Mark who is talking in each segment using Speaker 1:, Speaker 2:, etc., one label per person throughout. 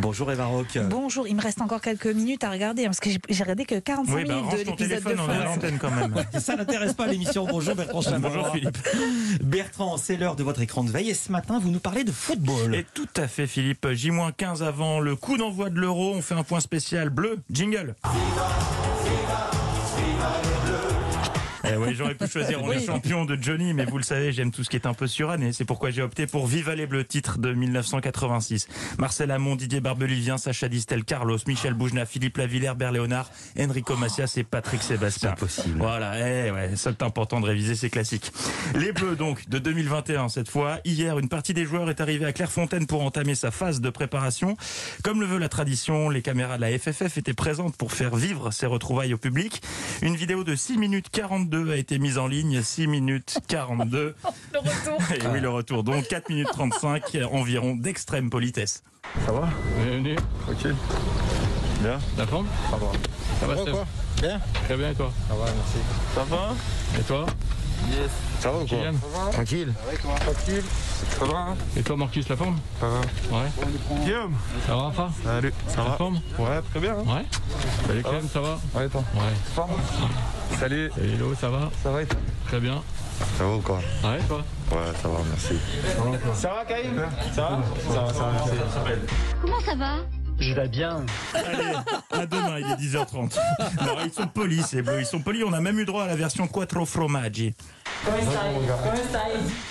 Speaker 1: Bonjour Eva Rock.
Speaker 2: Bonjour, il me reste encore quelques minutes à regarder, hein, parce que j'ai- j'ai regardé que 45
Speaker 3: Oui, bah,
Speaker 2: minutes de
Speaker 3: range ton
Speaker 2: l'épisode de
Speaker 3: téléphone, on est à
Speaker 2: France.
Speaker 3: l'antenne quand même.
Speaker 1: Ça n'intéresse pas l'émission. Bonjour Bertrand Chamois.
Speaker 3: Bonjour Philippe.
Speaker 1: Bertrand, c'est l'heure de votre écran de veille et ce matin, vous nous parlez de football.
Speaker 3: Et tout à fait Philippe, J-15 avant le coup d'envoi de l'euro, on fait un point spécial bleu, jingle. Eh oui, j'aurais pu choisir On est champion de Johnny, mais vous le savez, j'aime tout ce qui est un peu suranné. C'est pourquoi j'ai opté pour Viva les Bleus, titre de 1986. Marcel Amont, Didier Barbelivien, Sacha Distel, Carlos, Michel Boujna, Philippe Lavillère, Bert Léonard, Enrico Macias et Patrick Sébastien.
Speaker 1: impossible.
Speaker 3: Voilà, eh ouais, c'est important de réviser ces classiques. Les Bleus, donc, de 2021, cette fois. Hier, une partie des joueurs est arrivée à Clairefontaine pour entamer sa phase de préparation. Comme le veut la tradition, les caméras de la FFF étaient présentes pour faire vivre ces retrouvailles au public. Une vidéo de 6 minutes 42 a été mise en ligne. 6 minutes 42.
Speaker 2: Le retour.
Speaker 3: Et oui, le retour. Donc, 4 minutes 35 environ d'extrême politesse.
Speaker 4: Ça va
Speaker 5: Bienvenue,
Speaker 4: Tranquille.
Speaker 5: la forme
Speaker 4: Ça va.
Speaker 5: Ça va,
Speaker 4: ou
Speaker 5: Steph
Speaker 4: quoi Bien
Speaker 5: Très bien et toi
Speaker 4: Ça va, merci.
Speaker 5: Ça va Et toi
Speaker 4: Ça va ou quoi
Speaker 5: Kylian
Speaker 4: Tranquille. Tranquille. Ça va hein
Speaker 5: Et toi Marcus, la forme
Speaker 4: Ça va.
Speaker 5: Ouais.
Speaker 4: Guillaume
Speaker 5: Ça va Rafa
Speaker 4: Salut. Ça
Speaker 5: La
Speaker 4: va
Speaker 5: forme
Speaker 4: Ouais, très bien. hein.
Speaker 5: Ouais. Salut Clem, ça va
Speaker 4: Ouais, toi
Speaker 5: Ouais.
Speaker 4: Forme Salut.
Speaker 5: Salut Hello, ça va
Speaker 4: Ça va et toi
Speaker 5: Très bien.
Speaker 4: Ça va ou quoi
Speaker 5: Ouais, et toi
Speaker 4: Ouais, ça va, merci. Ça va, Karim Ça va Ça va, ça va, merci.
Speaker 6: Comment ça va
Speaker 7: Je vais bien.
Speaker 3: Allez, à demain, il est 10h30. Non, ils sont polis, ces bleus. Ils sont polis. On a même eu droit à la version quattro fromaggi.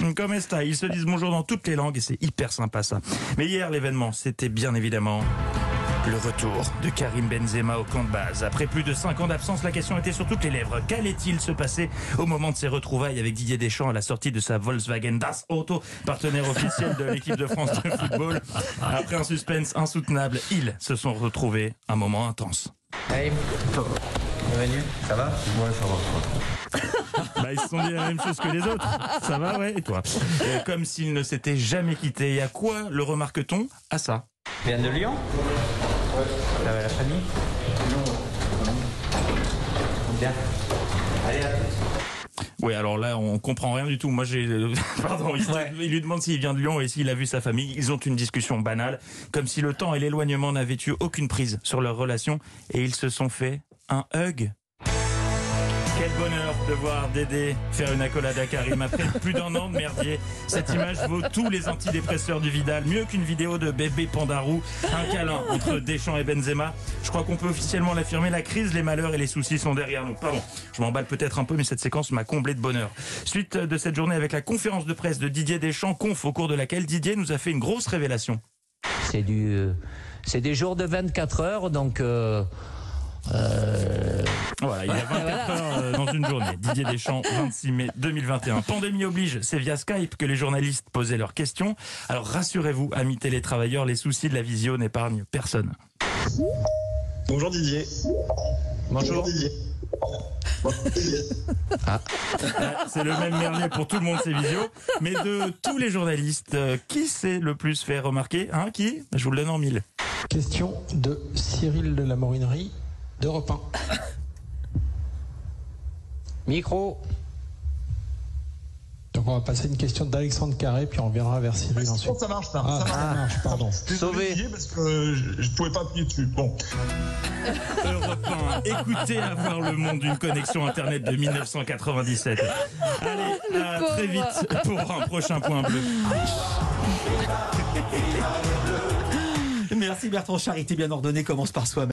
Speaker 3: Hum, Comme est Ils se disent bonjour dans toutes les langues et c'est hyper sympa ça. Mais hier, l'événement, c'était bien évidemment. Le retour de Karim Benzema au camp de base. Après plus de 5 ans d'absence, la question était sur toutes les lèvres. Qu'allait-il se passer au moment de ses retrouvailles avec Didier Deschamps à la sortie de sa Volkswagen Das Auto, partenaire officiel de l'équipe de France de football Après un suspense insoutenable, ils se sont retrouvés un moment intense.
Speaker 4: Ça va Ouais, ça va.
Speaker 3: Bah, ils se sont dit la même chose que les autres. Ça va, ouais, et toi Euh, Comme s'ils ne s'étaient jamais quittés. Et à quoi le remarque-t-on À ça.
Speaker 8: viens de Lyon Ouais. la famille Bien. Allez, à tous.
Speaker 3: Oui, alors là, on comprend rien du tout. Moi, j'ai. euh, Pardon, il, il lui demande s'il vient de Lyon et s'il a vu sa famille. Ils ont une discussion banale, comme si le temps et l'éloignement n'avaient eu aucune prise sur leur relation et ils se sont fait un hug. Quel bonheur de voir Dédé faire une accolade à Karim après plus d'un an de merdier. Cette image vaut tous les antidépresseurs du Vidal, mieux qu'une vidéo de bébé Pandarou. Un câlin entre Deschamps et Benzema. Je crois qu'on peut officiellement l'affirmer, la crise, les malheurs et les soucis sont derrière nous. Pardon, je m'emballe peut-être un peu, mais cette séquence m'a comblé de bonheur. Suite de cette journée avec la conférence de presse de Didier Deschamps, conf, au cours de laquelle Didier nous a fait une grosse révélation.
Speaker 7: C'est du, euh, c'est des jours de 24 heures, donc. euh, euh,
Speaker 3: Ah, Voilà, il y a 24 heures euh, dans une journée. Didier Deschamps, 26 mai 2021. Pandémie oblige, c'est via Skype que les journalistes posaient leurs questions. Alors rassurez-vous, amis télétravailleurs, les soucis de la visio n'épargnent personne.
Speaker 9: Bonjour Didier. Bonjour Didier.
Speaker 3: Ah, C'est le même merdier pour tout le monde, ces visios. Mais de tous les journalistes, euh, qui s'est le plus fait remarquer Hein, qui Je vous le donne en mille.
Speaker 10: Question de Cyril de la Morinerie d'Europe 1.
Speaker 7: micro.
Speaker 10: Donc on va passer à une question d'Alexandre Carré, puis on reviendra vers Cyril
Speaker 9: Je pense
Speaker 10: ensuite.
Speaker 9: que ça marche pas.
Speaker 10: Ah,
Speaker 9: ça marche.
Speaker 10: ça marche, pardon.
Speaker 9: Désolé,
Speaker 7: Sauvé.
Speaker 9: Didier, parce que je, je pouvais pas appuyer dessus. Bon.
Speaker 3: Europe 1, écoutez Avoir le monde d'une connexion Internet de 1997. Allez, à
Speaker 2: pauvre.
Speaker 3: très vite pour un prochain point bleu.
Speaker 1: Merci Bertrand, charité bien ordonnée commence par soi-même.